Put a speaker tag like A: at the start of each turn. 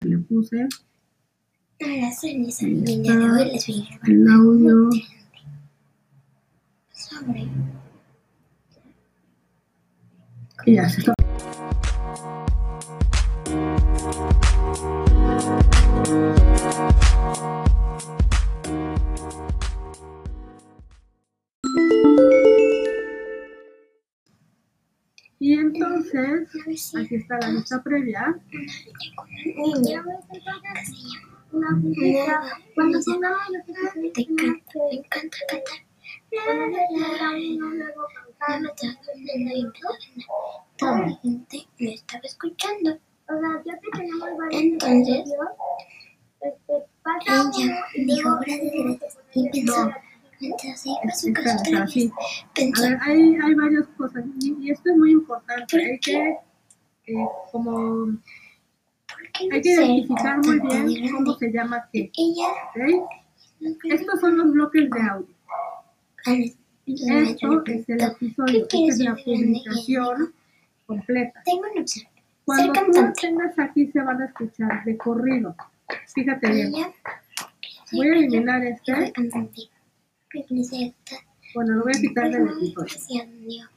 A: que le puse,
B: Hola, soy Nisa y el día de hoy les voy a grabar
A: el audio.
B: sobre
A: Y ya se está. Y entonces,
B: una vecina
A: aquí está la lista previa.
B: con un niño que se llama Nada. Cuando se llama te encanta, me encanta cantar. Ya me estaba durmiendo y empezó a ganar. Toda la gente me estaba escuchando. Entonces, ella dijo, gracias, gracias, y empezó. Mientras se iba a su casa
A: Espera,
B: otra
A: así.
B: vez,
A: A
B: pensó,
A: ver, hay, hay varias cosas y, y esto es muy importante. Hay que, eh, como,
B: ¿por qué
A: hay
B: no
A: que
B: sé
A: identificar muy
B: cantante de
A: bien cómo
B: grande?
A: se llama qué.
B: Ella
A: ¿ok?
B: nos grabó
A: Estos son los bloques de audio.
B: Vale,
A: Y
B: Entonces, yo
A: esto
B: le
A: es el
B: pregunto,
A: episodio,
B: ¿qué quieres
A: esta es la
B: ser de grande?
A: publicación completa.
B: Tengo una opción. Ser
A: Cuando tú
B: cantante.
A: tengas aquí se van a escuchar de corrido. Fíjate bien.
B: Ella.
A: Voy a eliminar
B: Soy
A: este.
B: cantante. Regresé a esta-
A: Bueno, lo voy a quitar del
B: Muy
A: episodio.
B: gracias, Dios.